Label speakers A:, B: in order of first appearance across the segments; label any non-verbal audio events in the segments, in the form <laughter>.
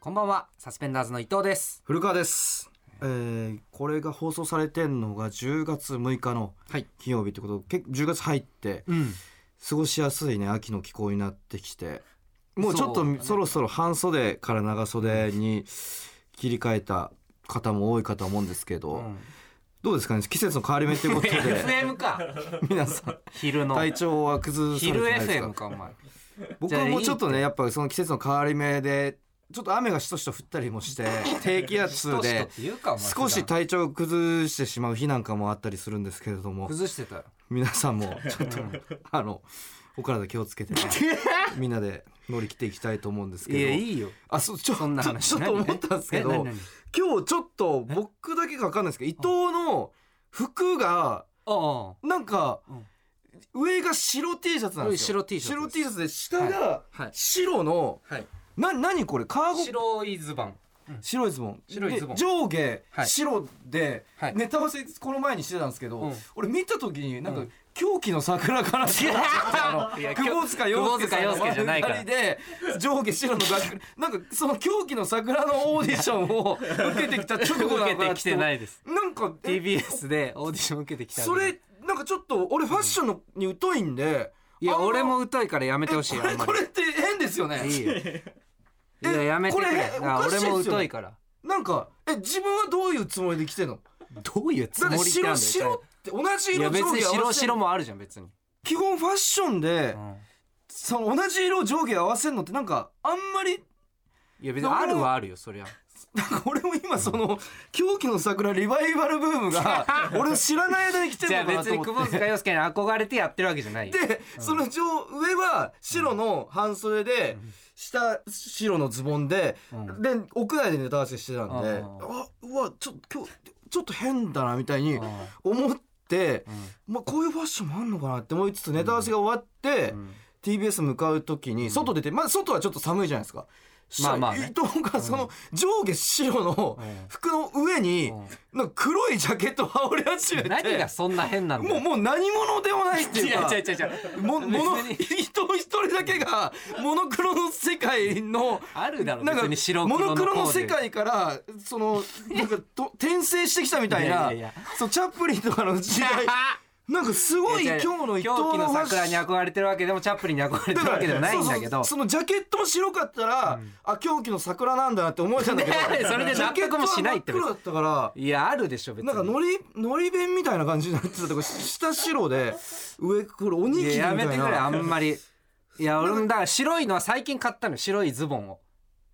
A: こんばんはサスペンダーズの伊藤です
B: 古川です、えー、これが放送されてんのが10月6日の
A: はい
B: 金曜日ってこと結構10月入って
A: うん
B: 過ごしやすいね秋の気候になってきてもうちょ
A: そ
B: っと
A: う
B: そ,、
A: だね
B: ろそろ半袖から長袖に切り替えた方も多いかと思うんですけど、どうですかね季節の変わり目
A: <laughs>
B: ということで
A: FM か
B: 皆さん
A: 昼 <laughs> の
B: 体調は崩されて
A: 昼
B: ないです
A: FM
B: か
A: かお前
B: 僕はもうちょっとねやっぱその季節の変わり目でちょっと雨がしとしと降ったり
A: <laughs>
B: もして低気
A: ひ
B: 圧
A: としと
B: で
A: って言うかお前
B: 少し
A: 普段
B: 体調を崩してしまう日なんかもあったりするんですけれども
A: 崩してたよ
B: 皆さん <laughs> もちょっとあのお体気をつけて、ね、みんなで乗り切っていきたいと思うんですけど
A: いやいいよ
B: あそうちょ
A: そんな話
B: ちょちょっと思ったんですけ
A: え何
B: ど
A: 何
B: 今日ちょっと僕だけが分かんないですけど伊藤の服が
A: ああ
B: なんか
A: うん
B: 上が白 T シャツなんですよ
A: 白 T シャツ
B: 白
A: です
B: T シャツで下が
A: はい
B: 白の
A: はい
B: な何これカーゴ
A: 白いズバン
B: 白いズボン
A: 白いズボン
B: で上下
A: はい
B: 白で、
A: はい
B: ネタ合わせこの前にしてたんですけど、
A: うん
B: 俺見た時になんか、
A: うん
B: 狂気の桜からって <laughs> あ
A: いや
B: の窪塚洋介さんの
A: 窪塚洋介じゃないから
B: 丸刈りで上下白のバックなんかその狂気の桜のオーディション
A: <laughs>
B: を受けてきた直後なのかなって
A: いです
B: なんかえ
A: TBS でオーディション受けてきたわけ
B: それなんかちょっと俺ファッションのに疎いんで
A: いや
B: あんま
A: 俺も疎いからやめてほしい
B: こ
A: あ
B: れ
A: んま
B: これって変ですよね
A: りいいよい
B: え
A: ややめてくれ
B: これえ
A: な
B: おかしい
A: 俺
B: っすよね
A: も疎いから
B: なんかえ自分はどういうつもりで着てんの
A: どういうつ
B: だ
A: も
B: っ
A: り
B: て
A: って
B: 白白って同じ
A: いや
B: 色上
A: 別に
B: 下
A: 白
B: 合わせる
A: 白もあるじゃん別に
B: 基本ファッションで、その同じ色を上下合わせるのってなんかあんまり <laughs>
A: いや別にあるはあるよそりゃ
B: なんか俺も今その「狂気の桜」リバイバルブーム
A: <laughs>
B: が俺の知らない間に来て
A: じゃあ
B: るのかな
A: 別
B: と
A: に
B: 思
A: 窪
B: って。
A: 塚洋介に憧れてやってるわけじゃないよ
B: で、その上上は白の半袖で、下白のズボンで、
A: うん
B: で屋内でネタ合わせしてたんで、
A: うん
B: あうわちょっと今日ちょっと変だなみたいに
A: うん
B: 思って、
A: う
B: まあ、こういうファッションもあんのかなって思いつつネタ合わせが終わって、
A: んうん
B: TBS 向かう時に外出て、まあ外はちょっと寒いじゃないですか。
A: まあまあね
B: 伊藤がその上下白の
A: うん
B: 服の上になんか黒いジャケットを羽織り始めて
A: 何がそんな変なんだ
B: もうもう何者でもないって
A: 違う
B: いうか
A: 違う違う違う
B: ももの
A: 別
B: 伊
A: に
B: 藤一人だけがモノクロの世界の
A: あるだろ
B: なんか
A: 別に白
B: モ
A: 黒の
B: ノクロの
A: コーデ
B: 世界からそのなんかと転生してきたみたい
A: いや
B: ない
A: やいや
B: そうチャップリンとか
A: <laughs>
B: の時代なんかすごい
A: いや
B: 今
A: 違う
B: 日の伊藤の
A: 狂気の
B: ファッション
A: 桜に憧れてるわけでもチャップリンに憧れてるわけでもないんだけど
B: そうそうそのジャケットも白かったら、あ狂気の桜なんだなって思えた
A: <laughs>
B: んだけど
A: それで
B: ジャ
A: 納
B: ケット
A: 得も
B: は
A: しない
B: 真
A: っ
B: って黒だったから
A: いやあるでしょ別に
B: なんかのりのり弁みたいな感じになってたとか下白で上黒おにぎりみ
A: いや
B: た
A: や
B: い
A: めてくれあ
B: なん
A: まりいや俺もだから白いのは最近買ったの白いズボンを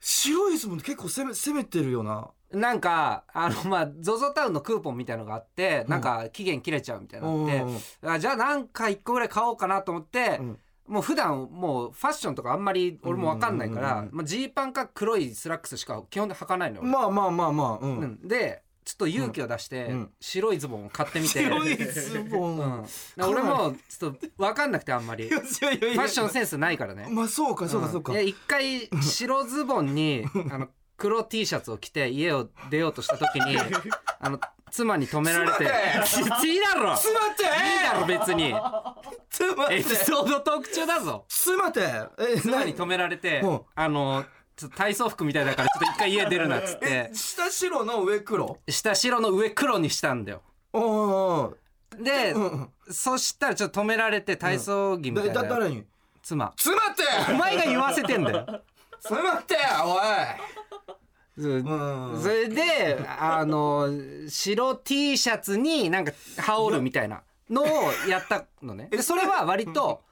B: 白いズボンって結構攻め攻めてるよな
A: なんかあのまあ ZOZO タウンのクーポンみたいのがあってなんか期限切れちゃうみたいになって、
B: うん
A: あじゃあなんか一個ぐらい買おうかなと思って、
B: うん
A: もう普段もうファッションとかあんまり俺もわかんないか
B: うんうん
A: ら
B: うん
A: まあジー、パンか黒いスラックスしか基本で履かないの、俺
B: まあまあまあまあ、うん
A: うん、でちょっと勇気を出して、
B: うん
A: 白いズボンを買ってみて
B: 白いズボン、
A: う
B: い
A: ん、俺もちょっとわかんなくてあんまりフ
B: や
A: ァ
B: <laughs> いやいやいや
A: ッションセンスないからね
B: まあそうかそうか
A: ん
B: そうか、
A: いや一回白ズボンに <laughs> あの黒 T シャツを着て家を出ようとした時
B: <laughs>
A: にあの妻に止められて「いいだろい
B: つまって
A: いだろ別に
B: つまって
A: エピソードトーク中だ
B: <laughs>
A: ぞ
B: つまってえ
A: 妻に止められて
B: うん
A: あのちょっと体操服みたいだからちょっと一回家出るなっつっ
B: え
A: て
B: 下白の上黒
A: 下白の上黒にしたんだよ
B: おー
A: で
B: うんうん
A: そしたらちょっと止められて体操着みた
B: だ
A: い
B: だ
A: な
B: 誰に
A: 妻
B: 詰まって
A: お前が言わせてんだよ
B: 詰まって
A: そう
B: おいうん
A: それであの白 T シャツになんか羽織るみたいなのをやったのねでそれは割と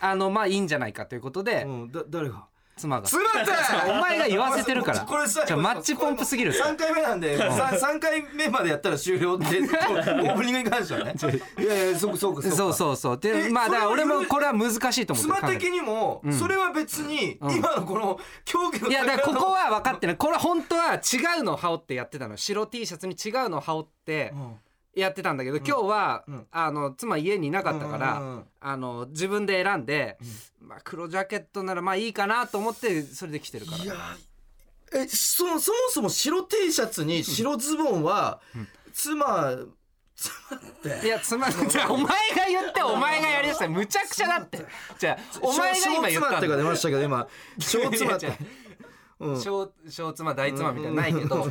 A: あのまあいいんじゃないかということで
B: うんだ誰が
A: 妻が
B: 詰まって
A: お前が言わせてるから
B: これさ
A: じゃあマッチポンプすぎる
B: 3回目なんで 3, 三回目までやったら
A: <laughs>
B: 終了ってオープニングに関してはねいやいやそうそうか
A: そう
B: うか
A: そうそうで
B: え
A: まあだから
B: それ
A: 俺
B: は
A: もこれは難しいと思ってる
B: 妻
A: かなり
B: 的にもそれは別に
A: ん
B: 今のこの狂気の
A: いやだからここは
B: は
A: 分かってないこれは本当は違うのを羽織ってやってたの白 T シャツに違うのを羽織ってやってたんだけど今日は
B: うん
A: あの妻家にいなかったから
B: うん
A: あの自分で選んで、まあ、黒ジャケットならまあいいかなと思ってそれで着てるから
B: いやえそそもそも白 T シャツに白ズボンは妻妻って
A: いやつまんじ <laughs> ゃあお前が言ってお前がやりだ <laughs> したむちゃくちゃだってじゃあお前が今言った
B: 小妻って
A: ん
B: が
A: だ
B: 出ましたけど今小妻って
A: いやいや
B: うん
A: 小小妻大妻みたいなのないけど、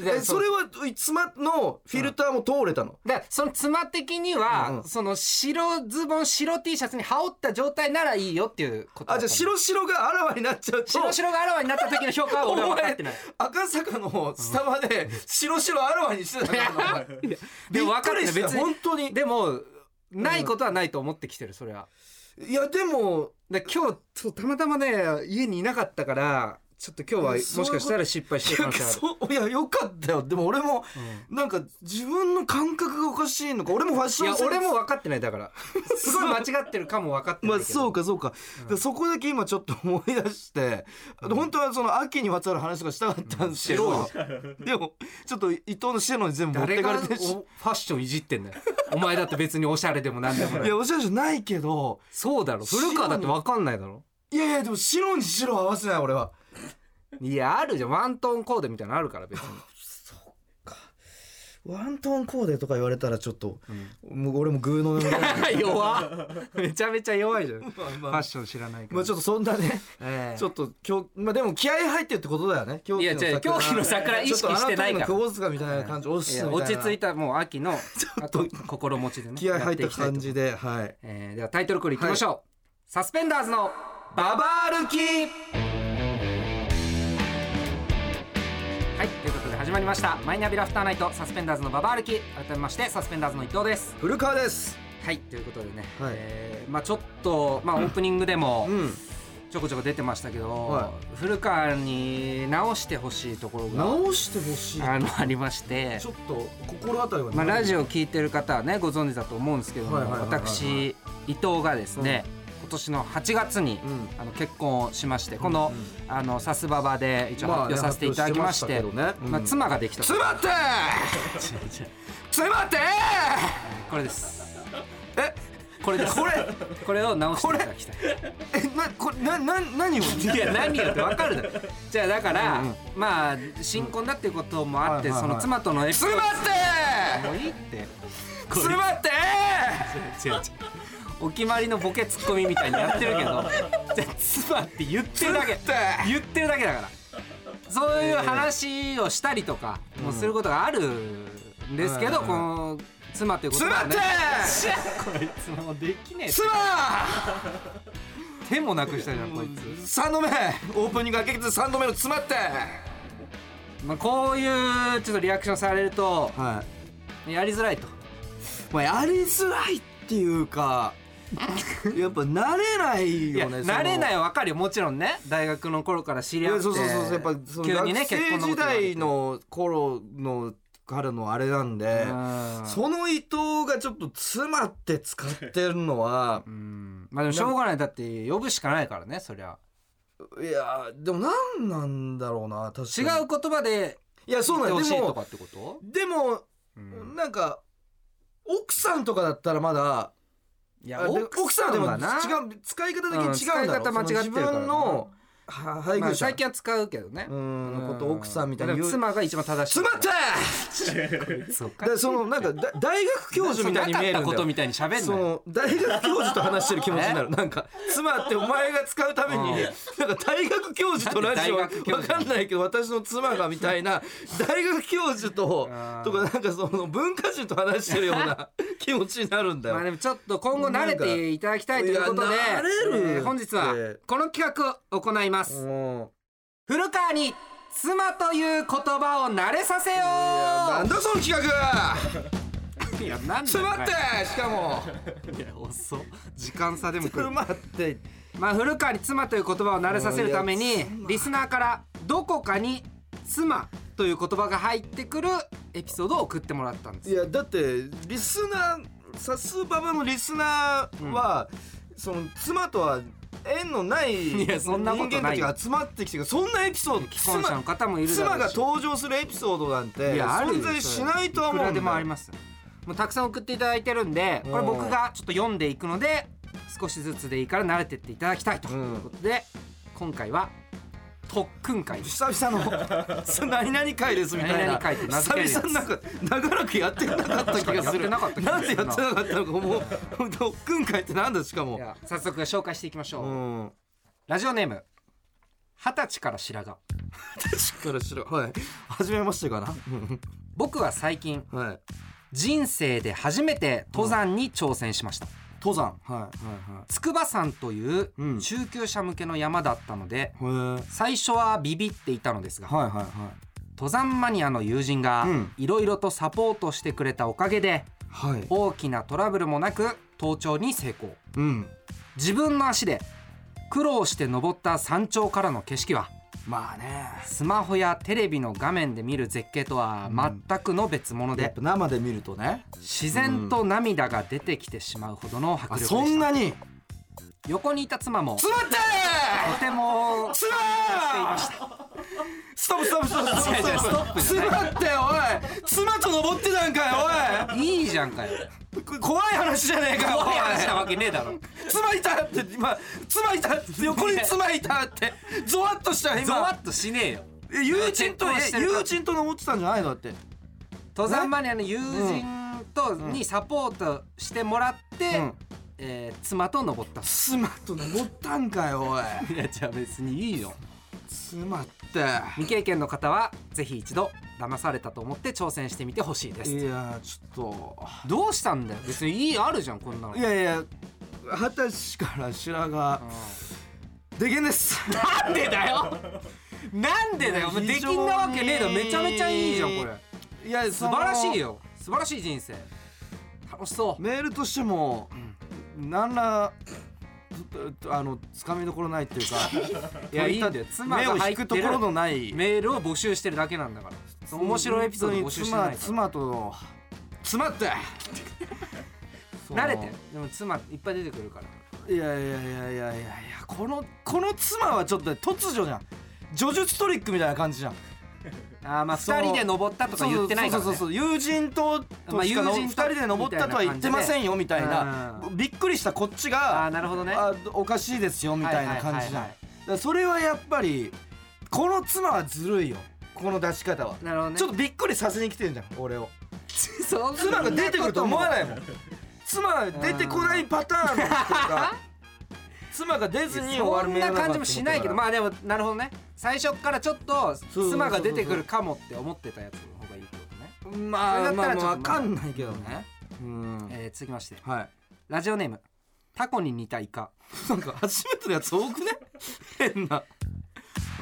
A: で
B: えそれは妻のフィルターも通れたの、
A: だからその妻的に
B: うんう
A: は
B: ん
A: その白ズボン白 T シャツに羽織った状態ならいいよっていうことだ
B: あ
A: っ
B: じ
A: た
B: ゃあ白白があらわになっちゃうと
A: 白白があらわになった時の評価は俺は分かってない
B: 赤坂のスタバで白白あらわにしてたからなお前
A: でも分かってない
B: びっくりし
A: 別
B: た本
A: に
B: 当に
A: でもないことはないと思ってきてるそれはい
B: やでも
A: で今日ちょっとたまたまね家にいなかったからちょっと今日はもしかしたら失敗してる可能性ある
B: そういやよかったよでも俺もなんか自分の感覚がおかしいのか俺もファッシ
A: い
B: ョ
A: や
B: ンセンス
A: 俺も分かってないだから
B: <laughs>
A: すごい間違ってるかも分かってな
B: ま
A: い
B: あ
A: けど、
B: そうかそうか、でそこだけ今ちょっと思い出して、本当はその秋にまつわる話とかしたかったんですけど、 <laughs> でもちょっと伊藤のシェロに全部持って
A: 誰
B: か
A: がお
B: れ
A: フ
B: てし
A: ァッションいじってんだよお前だって別におしゃれでもなんでもない
B: <laughs> いやおしゃれじゃないけど
A: そうだろ古川だって分かんないだろ
B: いやいやでも白に白を合わせない俺はい
A: やあるじゃんワントーンコーデみたいなのあるから別
B: <laughs>
A: に
B: ワントーンコーデとか言われたらちょっと、もう俺もグ
A: <laughs>
B: ーの音が
A: 弱めちゃめちゃ弱いじゃん、ファッション知らないから、
B: まあちょっとそんなね
A: ええ
B: ちょっと今日まあでも気合い入ってるってことだよね狂
A: いや違う狂気の桜意識してないから
B: ちょっとあなたの窪塚みたいな感じ、落
A: い
B: ち
A: や落ち着いたもう秋
B: <laughs>
A: のあと心持ちでね
B: 気合い入
A: や
B: った
A: ていきいと思う
B: 感じではい
A: えーではタイトルコールいきましょう、サスペンダーズのババ歩きはいということで始まりましたマイナビラフターナイトサスペンダーズのババ歩き改めましてサスペンダーズの伊藤です
B: 古川です
A: はいということでね、
B: はい
A: えーまあちょっとまあオープニングでも
B: うん
A: ちょこちょこ出てましたけど、
B: は
A: 古川に直してほしいところが
B: 直してほしい
A: あのありまして
B: ちょっと心当たりは
A: まあ、ラジ
B: オ
A: オ聞いてる方はねご存知だと思うんですけども、
B: はいはいはいはいはい
A: 私伊藤がですね、今年の8月に、
B: うん
A: あの結婚をしましてこの,、あのサスババで一応
B: まあ
A: 発表させていただきまして,、まあ
B: 発表してましたけどねうん
A: 妻ができたと
B: 詰まって詰まって
A: <laughs> これです
B: え
A: これです
B: これ
A: これを直していただきたい
B: えなこれなな何を
A: いや何よってわかるだろじゃあだから、
B: うんうん
A: まあ新婚だっていうこともあって、
B: うんはいはいはい
A: その妻とのエピソー
B: 詰
A: ド
B: まって
A: もういい
B: <laughs>
A: って
B: 詰まって
A: 違う違うお決まりのボケツッコミみたいにやってるけどじゃあ妻って言ってるだけ
B: 妻って
A: 言ってるだけだからそういう話をしたりとかもうすることがあるんですけど、
B: うん
A: この妻ということ
B: 詰
A: は
B: まって
A: ねこいつもうできね
B: 妻
A: え手もなくしたじゃんこいつ、
B: 三度目オープニング開けて三度目の詰まって
A: まあ、こういうちょっとリアクションされると
B: はい
A: やりづらいと
B: まあ、やりづらいっていう <laughs> かやっぱ慣れない
A: いや
B: よね
A: 慣れない
B: よ
A: は分かるよもちろんね大学の頃から知り合
B: そ
A: っ
B: う
A: て
B: そうそうそうやっぱその
A: 急にね
B: 学
A: 結
B: 生
A: 婚のこと
B: 時
A: 言われて
B: 代の頃のからのあれなんで
A: うん
B: その伊藤がちょっと詰まって使ってるのは
A: うんまあでもしょうがないだって呼ぶしかないからねそりゃ
B: いやでも何なんだろうな確
A: 違う
B: かに
A: 言葉で
B: いやそう
A: 言っ
B: な
A: て
B: ん
A: ほ
B: だ
A: し
B: で
A: いと
B: も
A: かってこと
B: でも
A: うん
B: なんか奥さんとかだったらまだ
A: い
B: あ
A: や
B: で
A: 奥さん
B: でも
A: はな
B: 違う使い方的に違うんだろう、
A: うん使い方間違ってるからな
B: その自分のは配
A: まあ
B: 偶者、
A: 最近は使うけどね
B: うん
A: うん
B: のことを奥さんみたいに言う
A: だから妻が一番正しい
B: 詰まった
A: そうか
B: でそのなんかだ大学教授みたいに見える
A: なか
B: ん
A: ったこ
B: だ
A: と
B: よ
A: みたいに喋ん
B: そ
A: なよ
B: の大学教授と話してる気持ちになるなんか妻ってお前が使うために
A: うん
B: なんか大学教授とラジオ
A: な
B: わ
A: んで大学教授
B: かんないけど私の妻がみたいな大学教授と
A: うん
B: とかなんかその文化人と話してるよう
A: <laughs>
B: な気持ちになるんだ
A: まあ
B: よ。
A: でもちょっと今後慣れていただきたいということで
B: いや慣れる
A: えー本日はこの企画を行います
B: うん
A: 古川に妻という言葉を慣れさせよ
B: いやなん
A: う
B: だその企画
A: <laughs> いやなん
B: 詰まってし
A: <laughs>
B: かも
A: 遅時間差でも
B: 詰まって
A: まあ、古川に妻という言葉を慣れさせるためにリスナーからどこかに妻という言葉が入ってくるエピソードを送ってもらったんです
B: いやだってリスナーさすばばのリスナーは、その妻とは縁のない
A: <laughs> いやそんなことない
B: 人間たちが集まってきてそんなエピソード
A: 既婚者の
B: 妻
A: 方もいるだ
B: 妻
A: ろ
B: が
A: うし
B: 登場するエピソードなんて
A: いやあるよ
B: 存在しないとは思
A: いく
B: う
A: ら
B: ん
A: で
B: だ
A: もあり
B: よ
A: ますもうたくさん送っていただいてるんでこれ
B: うん
A: 僕がちょっと読んでいくので少しずつでいいから慣れてっていただきたいということで、今回は特訓会です
B: 久々のそ何々会ですみたい
A: 何
B: な
A: 々会って名付けるやつ
B: 久々なんか長らくやってなかった気がする
A: やってなかった気が
B: な
A: す
B: ん
A: る
B: でやってなかったのかもう特訓会ってなんだしかも <laughs>
A: では早速紹介していきましょう、
B: うん
A: ラジオネーム二十歳から白髪
B: からしろはい初めましてかな
A: 僕は最近
B: うんはい
A: 人生で初めて登山に挑戦しました
B: 登山はいは
A: 筑波山という
B: うん
A: 中級者向けの山だったので
B: いはいへえ
A: 最初はビビっていたのですが
B: はいはいはい
A: 登山マニアの友人が
B: うん
A: いろいろとサポートしてくれたおかげで
B: はい
A: 大きなトラブルもなく登頂に成功
B: うん
A: 自分の足で苦労して登った山頂からの景色は
B: まあね
A: スマホやテレビの画面で見る絶景とは全くの別物
B: やっ
A: で
B: ぱ生で見るとね
A: 自然と涙が出てきてしまうほどの迫力
B: あ
A: で
B: そ
A: し
B: ん
A: た
B: なに
A: 横にいた妻もと
B: つまった
A: ても
B: つまーストップストップストップ
A: 違う違うストップじゃ
B: 妻っておい妻と登ってたんかい
A: いいじゃんかよ
B: おいこ怖い話じゃねえかよお
A: 怖い
B: い
A: 話なわけねえだろ
B: 妻いたって今妻いたって横に妻いたってゾワッとした
A: ゾワ
B: 今
A: ッとしねえよ
B: え友人と
A: 結婚して
B: え
A: るから
B: 友人と登ってたんじゃないのだって
A: 登山マニアの友人とにサポートしてもらって、
B: うん
A: えー妻と登った
B: 妻と登ったんかよおい
A: いやじゃあ別にいいよ
B: 妻って
A: 未経験の方はぜひ一度騙されたと思って挑戦してみてほしいです、
B: いやーちょっ
A: どうしたんだよ別にいいあるじゃんこんなの
B: といやいや二十歳から白髪でけんです
A: なんでだよなんでだよお前できんなわけねえだろめちゃめちゃいいじゃんこれ
B: いや
A: 素晴らしいよ素晴らしい人生楽しそう
B: メールとしても何らとあのつかみどころないっていうか
A: <laughs> いや
B: 取り
A: いい
B: 立
A: んだよ妻
B: 目
A: が
B: を
A: 入
B: 引
A: って
B: く
A: る
B: ところのない
A: メールを募集してるだけなんだからその面白いエピソード募集してない
B: 本当に
A: か
B: 妻妻と妻ってそ
A: <laughs>
B: の
A: ら慣れてでも妻いっぱい出てくるから
B: いやいやいやいやいやいやこのこの妻はちょっと突如じゃん叙述トリックみたいな感じじゃん
A: あーまあ
B: そう
A: 2人で登ったとか言ってないから、ね、
B: そうそうそうそう友人ととしか
A: まあ
B: の
A: 友
B: 二
A: 人と
B: 人で登ったとは言ってませんよみたいな
A: う
B: びっくりしたこっち
A: あ
B: が
A: あなるほどね
B: あおかしいですよみたいな感じじゃ
A: はいはいはい
B: ん
A: はい
B: だからそれはやっぱりこの妻はずるいよこの出し方は
A: なるほどね
B: ちょっとびっくりさせに来てんじゃん俺を
A: そう
B: 妻が出てくると思わないもん妻が出てこないパターンの人が妻が出ずに終わ
A: そ
B: る
A: ん
B: メー
A: な
B: ルだ
A: 感じ
B: と思
A: も
B: った
A: しないけど
B: から
A: まあでもなるほどね最初からちょっと
B: そう
A: 妻が出てくるかもって思ってたやつの方がいいってことね、
B: ま
A: そ
B: あ
A: れだっ
B: ま
A: た
B: あ
A: らちょっと
B: まあ分かんないけどねうん
A: えー続きまして
B: はい
A: ラジオネームタコに似たイカ、
B: なんか初めてのやつ多くね変な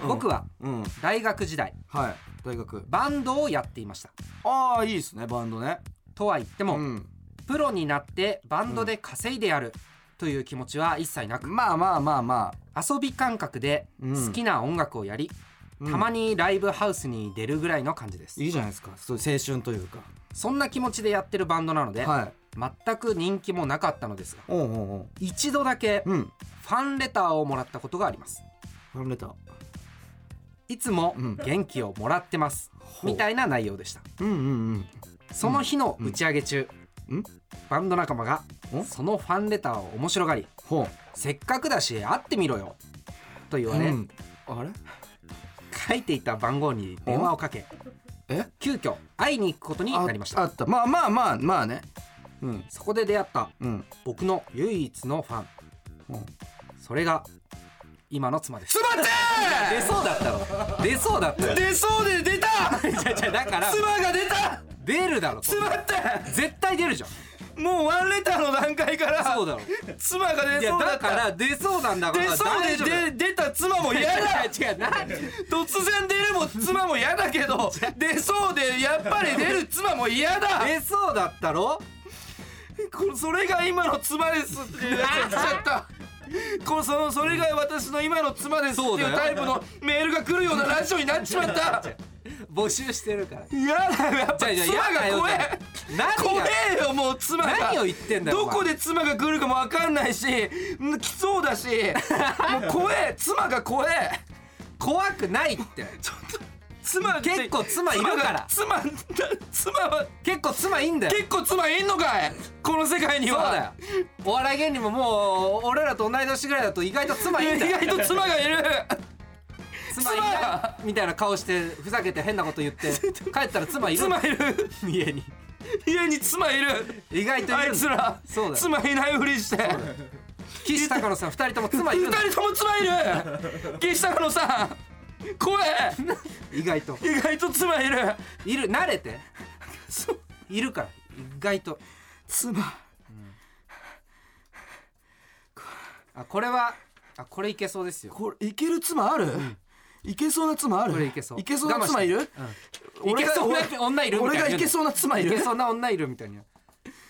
A: 僕は
B: うん
A: 大学時代
B: はい大学
A: バンドをやっていました
B: ああいいですねバンドね
A: とは言っても、
B: ん
A: プロになってバンドで稼いでやるという気持ちは一切なく、
B: まあまあまあま
A: 遊び感覚で
B: うん
A: 好きな音楽をやり、
B: あ
A: たま
B: に
A: にライブハウスに出るぐらいの感じです、
B: いいじゃないですかそういう青春というか
A: そんな気持ちでやってるバンドなので、
B: はい
A: 全く人気もなかったのですが
B: おうおうおう
A: 一度だけ
B: うん
A: ファンレターをもらったことがあります
B: ファンレター
A: いつも
B: うん
A: 元気をもらってます、
B: ほう
A: みたいな内容でした
B: うんうんうん
A: その日の打ち上げ中、
B: うんうん
A: バンド仲間が
B: ん
A: そのファンレターを面白がり
B: ほ
A: せっかくだし会ってみろよと言
B: う
A: われ、
B: うんあれ
A: 書いていた番号に電話をかけ
B: え
A: 急遽会いに行くことになりまし
B: ああ
A: た
B: ったまあまあまあまあねうん
A: そこで出会った
B: うん
A: 僕の唯一のファン、
B: うん
A: それが今の妻です
B: 妻って
A: 出そうだったろ出そうだったよ
B: 出そうで出た
A: じゃじゃだから
B: 妻が出た
A: 出るだろそん
B: 妻
A: な
B: って
A: 絶対出るじゃん
B: もうワンレターの段階から
A: そうだろ
B: 妻が
A: い
B: 出
A: や
B: そうだ
A: だ
B: っ
A: か
B: た
A: ら出そうなんだか
B: 出
A: ら大丈
B: そ
A: 夫
B: う
A: だ
B: で
A: よ
B: 出出た妻も嫌 <laughs> だ
A: いや違うなんで
B: 突然出るも妻も嫌だけ <laughs> ど出そうでやっぱり出る妻も嫌だ
A: 出そうだったろ
B: これそれが今の妻ですっていうやつが来ちゃったこのそのそれが私の今の妻ですって
A: そう
B: い
A: だよ
B: うタイプのメールが来るようなラジオになっちまった
A: 募集してるから
B: 嫌だよやっぱ
A: じゃあじゃあ
B: 妻
A: 嫌だ
B: が
A: よ
B: 怖え
A: 何
B: 怖
A: が
B: えよもう妻が
A: 何を言ってんだよお
B: ど
A: 前
B: こで妻が来るかも分かんないしうん来そうだしもう怖え妻が怖え
A: 怖くないって
B: ちょっと妻って
A: 結構妻いるから
B: 妻が妻妻は
A: 結構妻いいんだよ
B: 結構妻いんのかいこの世界に
A: そう
B: は
A: だよお笑い芸人ももう俺らと同い年ぐらいだと意外と妻いいんだ
B: 意
A: よ
B: 外と妻がいる
A: 妻いいなみたいな顔してふざけて変なこと言って帰ったら妻いる
B: 妻いる
A: 家に
B: 家に妻いる
A: 意外とい
B: あ
A: る
B: い
A: ん
B: つ
A: だ
B: ら
A: そうだよ
B: 妻いないふりして
A: 岸高野さん二人とも妻いる
C: 二
A: の
C: 人とも妻いる岸高野さん声
A: 意外と
C: 意外と妻いる
A: いる慣れて
C: そう
A: いるから意外と
C: 妻
A: あこれはあこれいけそうですよ
C: これいける妻ある、いけそうな妻ある
A: これいけそう
C: いけそうな妻い
A: 我慢
C: る
A: してうんい
C: 俺
A: け
C: が
A: そうな女いるみた
C: 俺
A: いな
C: がいけそうな妻い
A: い
C: る
A: けそうな女いるみたいな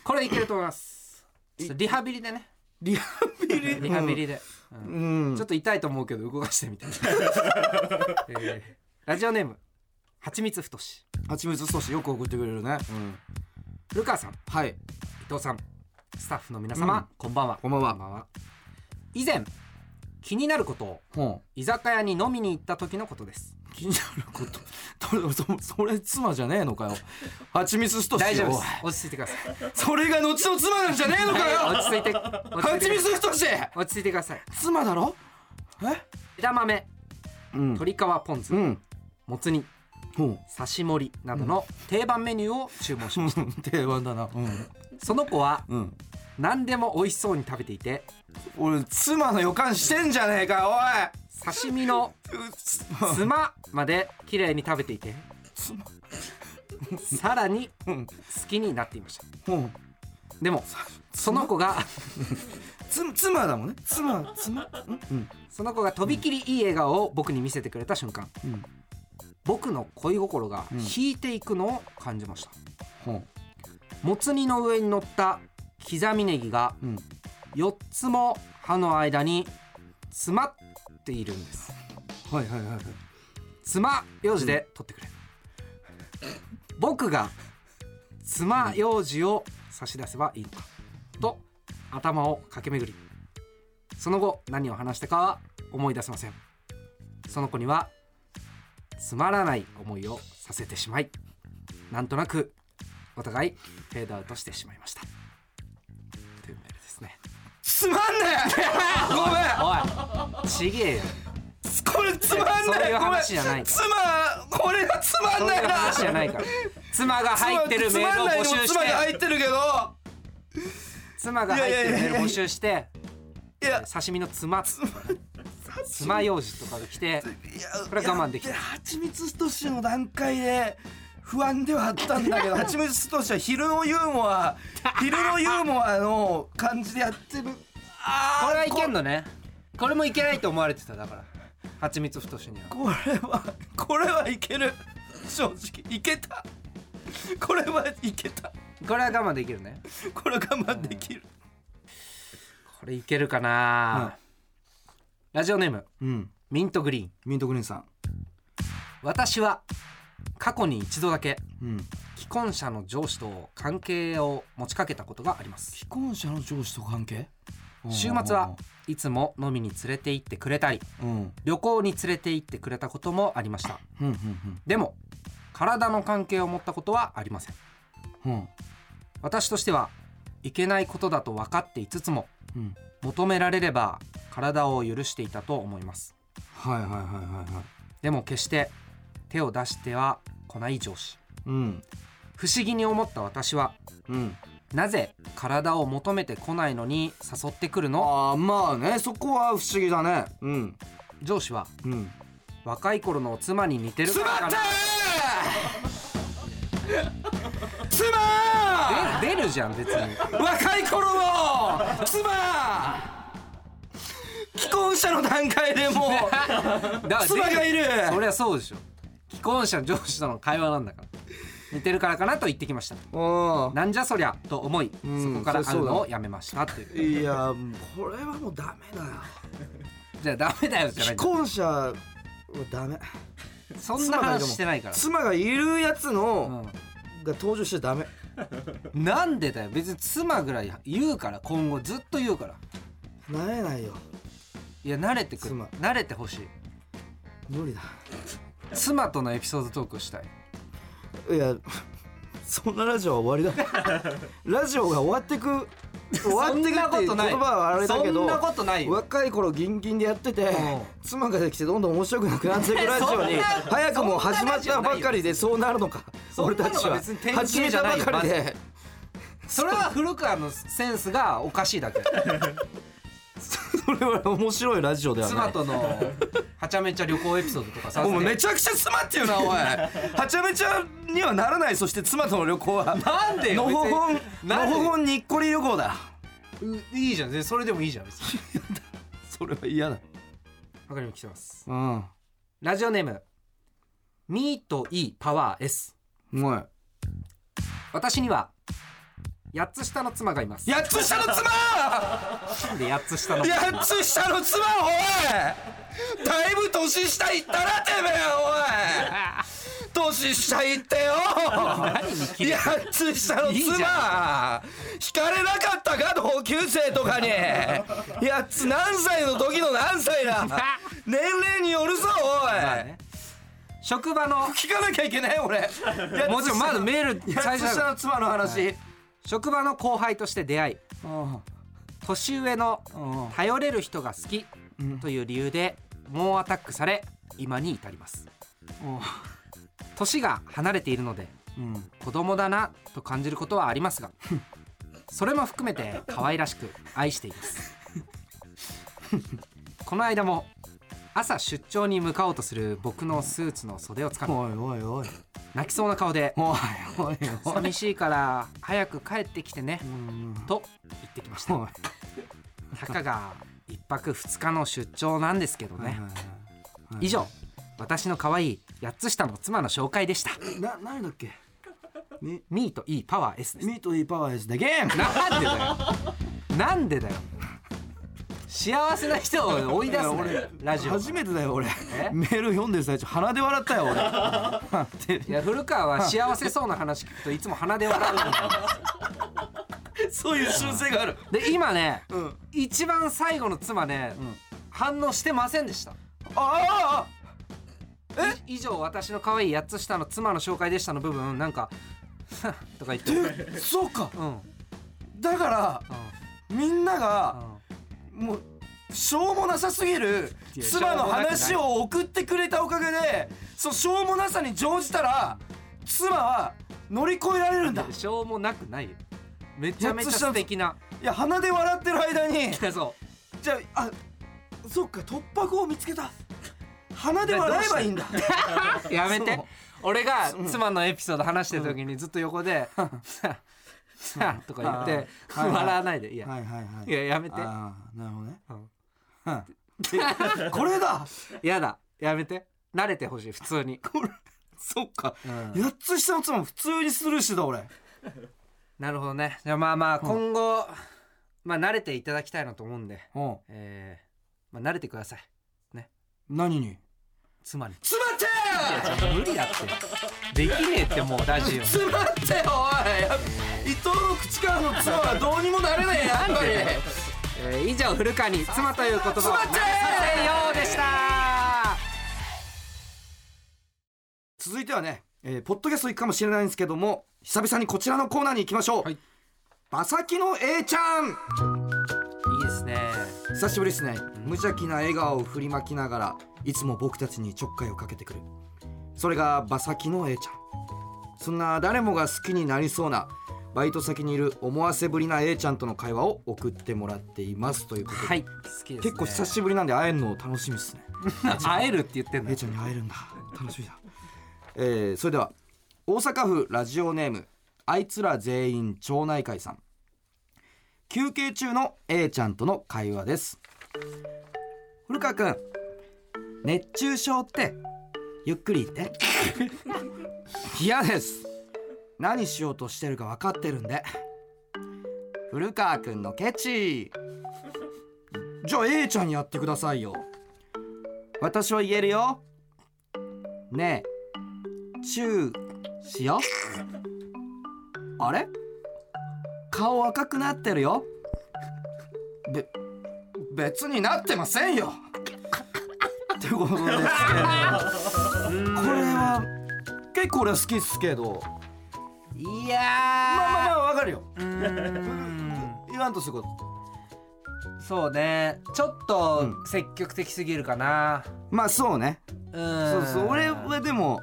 A: これいけると思いますちょっとリハビリでね
C: リハビリ
A: リハビリで、うん
B: うん
A: ちょっと痛いと思うけど動かしてみたいな、えーラジオネームはちみつふとし
B: 蜂蜜ソースよく送ってくれるね
A: ルカさん伊
B: はい
A: 藤さんスタッフの皆様、
B: うん
A: こんばんは
B: こんばんは
A: 以前気になることを
B: ほ
A: 居酒屋に飲みに行った時のことです
B: う気になることとそそれ妻じゃねえのかよ蜂蜜スト
A: 大
B: シ
A: 丈
B: よ
A: 夫です落ち着いてください
B: それが後の妻なんじゃねえのかよ
A: 落ち着いて落ち着
B: 蜂
A: いて
B: 蜜ストシ
A: 落ち着いてください
B: 妻だろ
A: 枝豆
B: うん
A: 鶏皮ポン酢、
B: うん
A: もつ煮
B: ほう
A: 刺し盛りなどの定番メニューを注文しました、
B: 定番だな <laughs> うん
A: その子は
B: うん
A: 何でも美味しそうに食べていて
B: 俺妻の予感してんじゃねえか
A: 刺身の
B: おいうっつ
A: つままで綺麗に食べていて
B: つま
A: さらに好
B: うん
A: きになっていました
B: うん
A: でもその子が
B: つ妻だもんね妻妻うん
A: その子がとびきりいい笑顔を僕に見せてくれた瞬間、
B: うん
A: 僕の恋心が
B: うん
A: 引いていくのを感じました、
B: ほ
A: もつ煮の上に乗った刻みネギが
B: ううん
A: 4つも歯の間に詰まっているんです
B: はいはいはい
A: 妻楊枝で取ってくれ、僕が妻楊枝を差し出せばいいのかと頭を駆け巡りその後何を話したかは思い出せませんその子にはつまらない思いをさせてしまいなんとなくお互いフェードアウトしてしまいましたというメールですね
B: つまんねえごめん
A: おいちげえよ
B: これつまんね
A: そういう
B: えごめん
A: 話じゃない
B: 妻これがつまん
A: そう
B: ね
A: い
B: え
A: う
B: な
A: 話じゃないから妻が入ってるメールを募集
B: つ
A: し
B: まんないよ妻
A: て
B: が入ってるけど
A: 妻が入ってるメール募集して
B: いや
A: 刺身の妻妻楊枝とかが来て
B: いや
A: これは我慢できた
B: いや蜂蜜ストッシュの段階で不安ではあったんだけ <laughs> ど蜂蜜ストッシュは昼のユーモ <laughs> ア昼のユーモアの感じでやってるあー
A: これはいけんのねこれもいけないと思われてただから蜂蜜太しには
B: これはこれはいける正直いけたこれはいけた
A: これは我慢できるね
B: これは我慢できる
A: これいけるかな、ラジオネーム
B: うん
A: ミントグリーン
B: ミントグリーンさん
A: 私は過去に一度だけ
B: うん
A: 既婚者の上司と関係を持ちかけたことがあります
B: 既婚者の上司と関係
A: 週末はいつも飲みに連れて行ってくれたり
B: うんうん
A: 旅行に連れて行ってくれたこともありました
B: うん
A: でも体の関係を持ったことはありません
B: うんうん
A: 私としてはいけないことだと分かっていつつも
B: うん
A: 求められれば体を許していたと思います
B: はいはいはいはいはい
A: でも決して手を出しては来ない上司
B: うん
A: 不思議に思った私は
B: うん
A: なぜ体を求めてこないのに誘ってくるの
B: ああまあねそこは不思議だねうん
A: 上司は
B: うん
A: 若い頃の妻に似てる
B: つ
A: か
B: ま
A: ら
B: っ
A: か
B: <laughs>
A: な
B: つま
A: 出る出るじゃん別に
B: 若い頃の妻既婚者の段階でも
A: だから
B: 妻がいる
A: そりゃそうでしょ既婚者の上司との会話なんだから似てるからかなと言ってきました
B: ううん
A: なんじゃそりゃと思い、
B: うん
A: そこから
B: そ
A: 会
B: り
A: う
B: ゃそうだ
A: のをやめましたという
B: いやこれはもうダメだよ
A: じゃあダメだよじゃない
B: 既婚者はダメ
A: そんな話してないから、
B: 妻がいるやつのが登場しちゃダメ
A: うん、なんでだよ別に妻ぐらい言うから今後ずっと言うから
B: なれないよ
A: いや慣れてくる
B: 妻
A: 慣れてほしい
B: 無理だ
A: 妻とのエピソードトークをしたい
B: いやそんなラジオは終わりだ
A: <laughs>
B: ラジオが終わってく終わってくっていう言葉はあれだけ
A: そ
B: ど
A: んなことないよ
B: 若い頃ギンギンでやってて妻ができてどんどん面白くなく
A: <laughs>
B: なっていくラジオ
A: そん
B: に
A: な
B: 早くもう始まったばかりでそうなるのか
A: そん
B: 俺
A: な
B: た
A: の
B: ち
A: が
B: は
A: 別に典型
B: 始め
A: じ
B: た
A: ゃな
B: ば
A: いよ
B: かりで
A: それは古川のセンスがおかしいだけ
B: これは面白いラジオではな
A: 妻
B: い
A: とのはちゃめちゃ旅行エピソードとかさ
B: お前めちゃくちゃ妻ってい
A: <laughs>
B: うなおいはちゃめちゃにはならないそして妻との旅行は
A: なんでよ
B: のほほん
A: 別に
B: の
A: なんで
B: ほほんにっこり旅行だ
A: ういいじゃんでそれでもいいじゃん別に
B: それは嫌だ
A: わかりま来てます
B: うんう
A: ラジオネームミートイーパワー S
B: まい
A: 私には8つ下の妻がいます
B: 八つ下の妻
A: <laughs> なんで8つ下の
B: 八つ下の妻おいだいぶ年下いったなてめえおい年下いってよ八つ下の妻
A: いいじ
B: 惹かれなかったか同級生とかに八つ何歳の時の何歳だ年齢によるぞおい、
A: まあね職場の
B: 聞かなきゃいけない俺
A: もうちろんまずメール
B: 八
A: 最
B: つ
A: 初
B: 下
A: だ
B: の妻の話、
A: 職場の後輩として出会い年上の
B: うん
A: 頼れる人が好きという理由で猛アタックされ今に至ります年が離れているので
B: うん
A: 子供だなと感じることはあります
B: <laughs>
A: がそれも含めて可愛らしく愛しています
B: <laughs>
A: この間も朝出張に向かおうとする僕のスーツの袖をつかみ
B: おいおいおい
A: 泣きそうな顔で
B: おいおい
A: 「寂しいから早く帰ってきてね」と言ってきました
B: おい
A: たかが1泊2日の出張なんですけどね、以上私の可愛い8つ下の妻の紹介でした
B: な何だっけ
A: ミーといいパワー S です
B: ミートイーパワーイズでゲーム
A: なんでだよなんでだよ幸せな人を追い出すなよラジオ
B: 初めてだよ俺
A: え
B: メール読んでる最中鼻で笑った
A: <laughs>
B: よ俺
A: いや古川は幸せそうな話聞くといつも鼻で笑うんだよ
B: そういう習性がある
A: で今ね、
B: うん
A: 一番最後の妻ね、反応してませんでした
B: あ
A: 以上私の可愛い8つ下の妻の紹介でしたの部分なんか <laughs> 「とか言ってうん
B: あそうか
A: うん
B: だからみんながもうしょうもなさすぎる
A: いや
B: 妻の話
A: しょう
B: を送ってくれたおかげでそうしょうもなさに乗じたら妻は乗り越えられるんだ
A: うんしょうもなくないよめちゃめちゃ素敵ない
B: や鼻で笑ってる間に
A: いやそ
B: じゃああそっか突破口を見つけた鼻で笑えばいいんだ
A: う <laughs> やめて
B: そう
A: 俺が妻のエピソード話してる時にずっと横で <laughs> 「ささあ」とか言って
B: うんはいはい
A: 笑わないでいや
B: はいはいはい
A: いややめて
B: ああなるほどね
A: うん
B: うんこれだ
A: やだやめて慣れてほしい普通
B: <laughs>
A: に
B: そっか
A: うん
B: 8つ下の妻も普通にスルーしてた俺
A: なるほどねじゃあまあまあ今後まあ慣れていただきたいなと思うんで
B: うん
A: えーまあ慣れてください
B: 何に
A: 妻に
B: 妻って
A: 無理だってできねえってもうラジオ
B: 妻っておい伊藤の口からの妻はどうにもなれないやっぱり
A: えー以上古川に妻という言葉を
B: 妻ちゃん
A: 流させようでした
B: 続いてはね、えーポッドキャスト行くかもしれないんですけども久々にこちらのコーナーに行きましょう、
A: はい
B: 馬先の A ちゃ
A: い
B: ん
A: いですね
B: 久しぶりですね無邪気な笑顔を振りまきながらいつも僕たちにちょっかいをかけてくるそれが馬先の A ちゃんそんな誰もが好きになりそうなバイト先にいる思わせぶりな A ちゃんとの会話を送ってもらっていますということで、
A: はい好きです、ね、
B: 結構久しぶりなんで会えるの楽しみですね
A: 会えるって言ってんだ
B: A ちゃんに会えるんだ楽しみだ、えーそれでは大阪府ラジオネームあいつら全員町内会さん休憩中の A ちゃんとの会話です古川君熱中症ってゆっくり言って <laughs> 嫌です何しようとしてるか分かってるんで古川君のケチじゃあ A ちゃんやってくださいよ私は言えるよねえチューしようあれ顔赤くなってるよべ別になってませんよってことですけどこれは結構俺は好きっすけど
A: いやー
B: まあまあまあわかるよ
A: うーん
B: 言わんとすること
A: そうねちょっと積極的すぎるかな
B: まあそうね
A: うん
B: そうそう俺はでも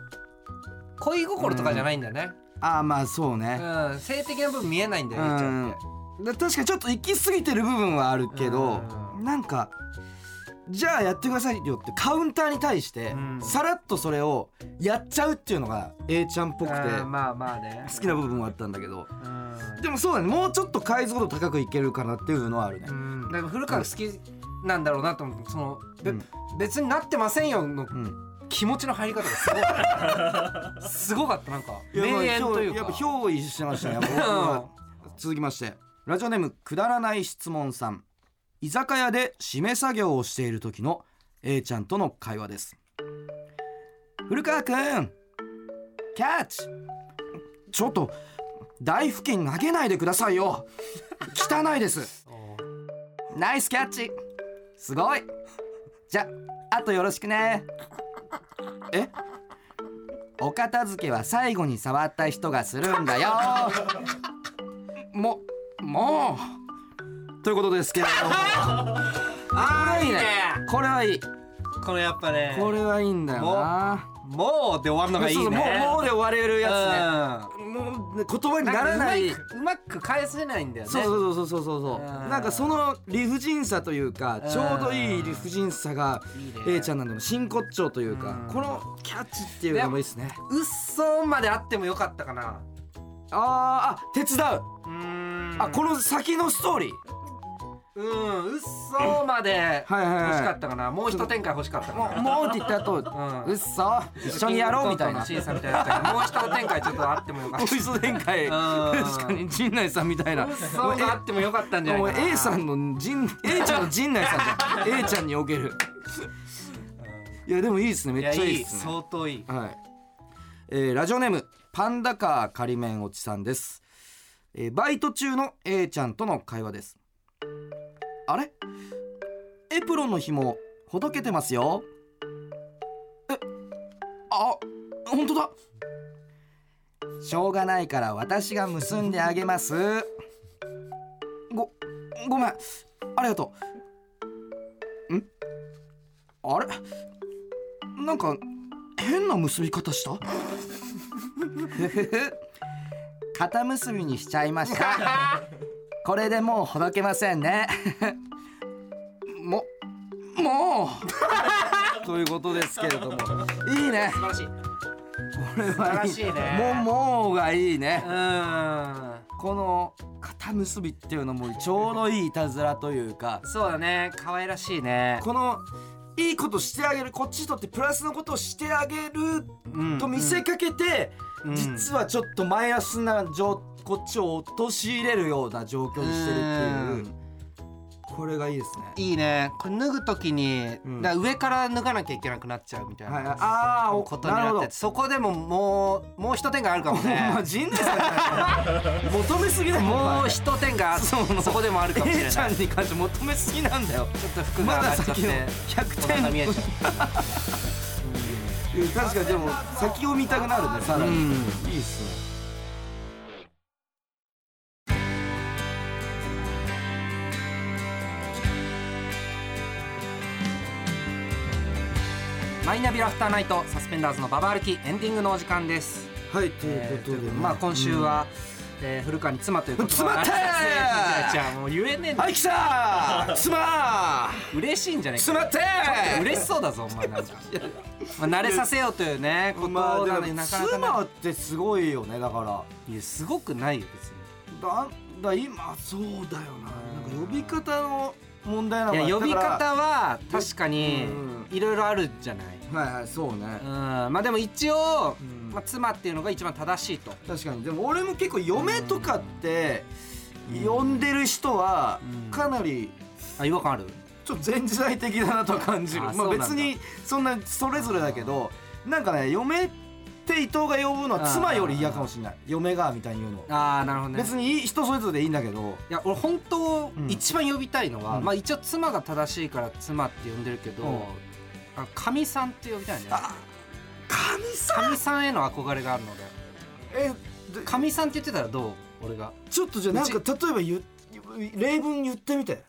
A: 恋心とかじゃないんだよね
B: ああまあそうね
A: うん、性的な部分見えないんだ
B: う
A: よねちゃんって
B: ん、だ確かにちょっと行き過ぎてる部分はあるけど
A: うん
B: なんかじゃあやってくださいよってカウンターに対して
A: うん
B: さらっとそれをやっちゃうっていうのが A ちゃんっぽくて
A: あーまあまあね
B: 好きな部分はあったんだけど
A: う
B: でもそうだねもうちょっと解像度高くいけるかなっていうのはあるね
A: ん、うん、だから古川好きなんだろうなと思ってその、べ
B: うん
A: 別になってませんよの
B: うん
A: 気持ちの入り方がすごかった
B: <laughs>
A: すごかったなんか名演というか
B: やっぱ憑依してましたねやっぱ僕は <laughs> 続きましてラジオネームくだらない質問さん居酒屋で締め作業をしている時の A ちゃんとの会話です古川くんキャッチちょっと大布巾投げないでくださいよ汚いですナイスキャッチすごいじゃあとよろしくねえお片付けは最後に触った人がするんだよももうということですけれどもあーいいねこれはいい
A: このやっぱね
B: これはいいんだよな
A: もうで終わるのがいいね
B: そうそうもうもうで終われるや
A: や
B: つねもう言葉に
A: な
B: なら
A: らな
B: ないいう
A: まく返せないんだよね
B: そうそうそうそうそうそう
A: うん
B: なんかその理不尽さというか
A: うん
B: ちょうどいい理不尽さが
A: いいね
B: A ちゃんなんでも真骨頂というか
A: うん
B: このキャッチっていうのもいいですね
A: うっそーまであってもよかったかな
B: あーあ手伝う
A: うーん
B: あこの先のストーリー
A: うんうっそーまで
B: はいはいはい
A: 欲しかったかなもう一展開欲しかったかな
B: もうって言っ
A: <laughs>
B: た後
A: ん
B: うっそ一緒にやろう
A: <laughs>
B: みたいな
A: シーさんみたいなやつだけどもう一展開ちょっとあってもよかっ
B: お
A: た
B: いそ展開
A: うん
B: 確かに陣内さんみたいな
A: うっそーがあってもよかったんじゃない
B: も
A: か
B: う
A: な
B: A さんの陣 A ちゃんの陣内さ
A: <laughs>
B: んじゃん A ちゃんにおけるいやでもいいですねめ
A: いや
B: っちゃい
A: い
B: い
A: い
B: ですね
A: 相当いい
B: はい、えーラジオネームパンダカー仮面おちさんです、えーバイト中の A ちゃんとの会話ですあれエプロンの紐ほどけてますよえあ本当だしょうがないから私が結んであげますごごめんありがとうんあれなんか変な結び方した肩結びにしちゃいました <laughs> これでもうほどけませんねももう <laughs> ということですけれどもいいね
A: 素晴らしい
B: これはいい
A: 素晴らしいね
B: もうもうがいいね
A: うーん
B: この肩結びっていうのもちょうどいいいたずらというか
A: そうだね可愛らしいね
B: このいいことしてあげるこっちにとってプラスのことをしてあげる
A: うん
B: と見せかけて、
A: うん
B: 実はちょっとマイナスな状こっちを陥れるような状況にしてるっていう
A: う
B: これがいいですね。
A: いいねこれ脱ぐ時に、
B: うん
A: だから上から脱がなきゃいけなくなっちゃうみたいな、
B: はい、ああお
A: ことになっててそこでももうもう一展開あるかも <laughs>
B: <laughs> まあ
A: ね
B: 陣内さんだ
A: <laughs>
B: よ求めすぎだよ
A: もう一展開あそ <laughs> そこでもあるかもしれ
B: A
A: ない
B: ち
A: ちょ
B: ゃ
A: っ
B: んに関して求めすぎなんだよ
A: と服
B: ま
A: が上
B: だ
A: がっちゃっ
B: 先
A: て、
B: の100点
A: お腹見えちゃう
B: うん確かにでも先を見たくなるねさらに、いいっすね
A: マイナビラフターナイトサスペンダーズのババ歩きエンディングのお時間です
B: はいということでね、
A: えーまあ今週は、えー古川に妻ということ
B: 妻って
A: じゃあもう言えねえんだ
B: はい来たすま
A: 嬉しいんじゃない
B: す
A: か
B: まって
A: 嬉しそうだぞお前なん
B: <laughs>
A: か、まあ、慣れさせようというねこと
B: まあで
A: なの
B: も
A: になかなか
B: 妻
A: な
B: ってすごいよねだから
A: いいやすごくないよ別に
B: だだ今そうだよななんか呼び方の問題なのかない
A: や呼び
B: だか
A: 方は確かに
B: う
A: いろいろあるじゃない、
B: らはいはいそうね、
A: うん、まあでも一応、
B: うん
A: まあ、妻っていうのが一番正しいと、
B: 確かにでも俺も結構嫁とかって呼んでる人は
A: うん
B: かなり
A: あ違和感ある
B: ちょっと前時代的だなとは感じる
A: あ
B: ま
A: そ
B: あ
A: うなんだ
B: 別にそんなそれぞれだけどなんかね嫁って伊藤が呼ぶのは妻より嫌かもしれない嫁がみたいに言うの
A: ああなるほどね
B: 別にいい人それぞれでいいんだけど
A: いや俺本当
B: ん
A: 一番呼びたいのは、
B: うん
A: まあ一応妻が正しいから妻って呼んでるけど、
B: うん
A: あかみさんって呼びたいね
B: あ神さん
A: かみさんへの憧れがあるので
B: え
A: かみさんって言ってたらどう俺が
B: ちょっとじゃあなんか例えば言う例文言ってみて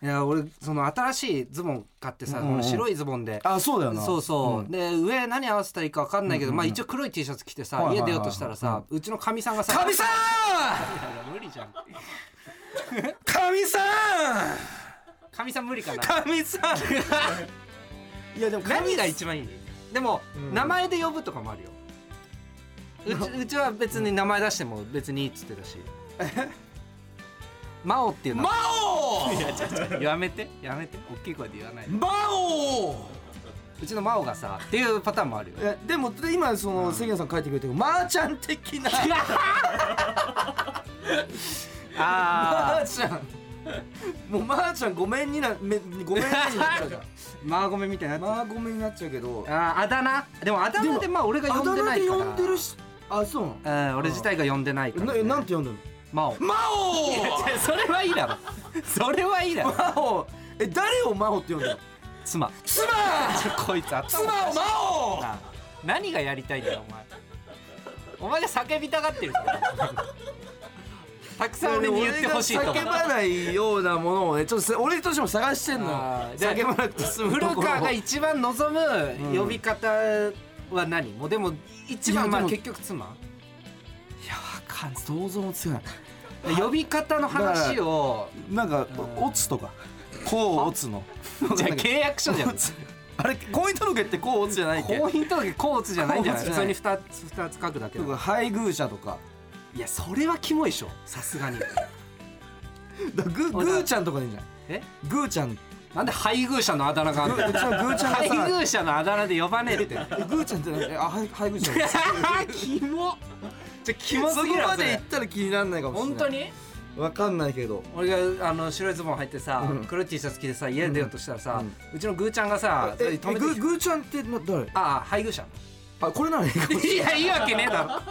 A: いや俺その新しいズボン買ってさ、
B: うんうんうん
A: この白いズボンで
B: あそうだよ
A: そうそう、で上何合わせたらいいか分かんないけど、
B: うん
A: ま
B: うんうん
A: あ一応黒い T シャツ着てさ、
B: はいはい
A: 家
B: はい
A: 出ようとしたらさ、うちのかみさんがさ
B: 神さん
A: いやいや無理じゃん
B: 神さん
A: かみさん無理かな
B: かみさん <laughs> いやでもかみ
A: 何が一番いいでも、
B: うん
A: 名前で呼ぶとかもあるようちうちは別に名前出しても別にいいっつってたし <laughs> 真央っていうの
B: 魔 <laughs> 王
A: やめてやめて大きい声で言わないで
B: 魔王
A: うちの真央がさっていうパターンもあるよ
B: いやでも今その関根さん書いてくれてるマーちゃん的なマ
A: あ
B: <laughs> ーちゃんもうマーちゃんごめんになめごめんになっちゃうじゃ
A: ー
B: ん <laughs>
A: マーゴメみたいになって
B: マーごめんになっちゃうけど
A: るあーあだ名でもあだ名で
B: でも
A: まあ俺が呼んでないから
B: あだ名で呼んでるしあそうなの
A: うん俺自体が呼んでないから、
B: ななんて呼んでるの
A: 真央
B: <laughs> 魔王
A: それはいいだろそれはいいだろ
B: <laughs> 魔王え誰を魔王って呼んでるの <laughs>
A: 妻
B: 妻
A: ちょこいつ頭おかしい
B: 妻を魔王
A: な何がやりたいんだよお前お前が叫びたがってる
B: <laughs>
A: からたくさん俺に言ってほしいと思
B: 俺
A: う
B: が叫ばないようなものをねちょっとせ俺としても探してんのよ
A: あーじゃあ
B: 叫ばなくて済む
A: 古
B: ところ
A: 川が一番望
B: うん
A: む呼び方は何、もうでも一
B: いや
A: 番まあ
B: でも
A: 結局妻
B: かん想像もつかない
A: 呼び方の話を
B: なんかオツとかこうオツの
A: じゃあ契約書じゃ
B: <laughs>
A: ん
B: あれ婚姻届ってこうオツじゃないっけ
A: 婚姻届コーツじゃないんじゃない
B: 甲
A: 普
B: 乙じゃ
A: 通
B: ない
A: に2つ二つ書くだけだ
B: とか配偶者とか
A: いやそれはキモいでしょさすがに
B: だからグー
A: お
B: グーちゃんとかでいいんじゃ
A: え
B: んグーちゃんグ
A: なんで配偶者のあだ名が
B: <laughs>
A: あんの
B: ーうちのグーちゃん
A: 配
B: が
A: 偶者のあだ名で呼ばねえ
B: <laughs>
A: って
B: さグーちゃんってなんかえあ配配偶 <laughs> 者
A: キモじゃキ
B: そ
A: モ
B: こ
A: すぎるわ
B: ま
A: そ
B: で
A: れ
B: 行ったら気にならないかもしれない
A: 本当に
B: わかんないけど
A: 俺があの白いズボン履いてさ、
B: うん
A: 黒い T シャツ着てさ家出ようとしたらさ、
B: う
A: うんちのぐーちゃんがさ
B: ええ
A: 止め
B: グ
A: てき
B: ーグーちゃんってな誰
A: ああ配偶者
B: あこれ <laughs> ならいいかもし
A: いやいいわけねえだ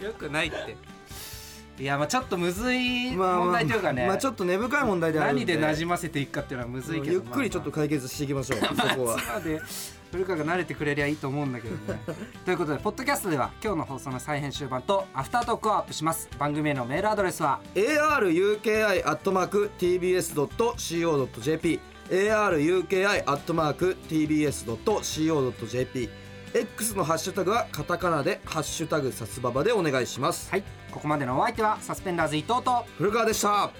A: ろ <laughs> よくないっていやまあちょっとむずい
B: <laughs> れない
A: 問題というかね、
B: まあちょっと根深い問題であるん
A: 何で馴染ませていくかっていうのはむずいけど
B: ゆっくりちょっと
A: ま
B: 解決していきましょう、そこは
A: あ
B: <laughs>
A: まあ妻で古川が慣れてくれりゃいいと思うんだけどねということでポッドキャストでは今日の放送の再編集版とアフタートークをアップします番組へのメールアドレスは
B: aruki.tbs.co.jp aruki.tbs.co.jp X のハッシュタグはカタカナで「ハッシュタグさすばば」でお願いします
A: はいここまでのお相手はサスペンダーズ伊藤と
B: 古川でした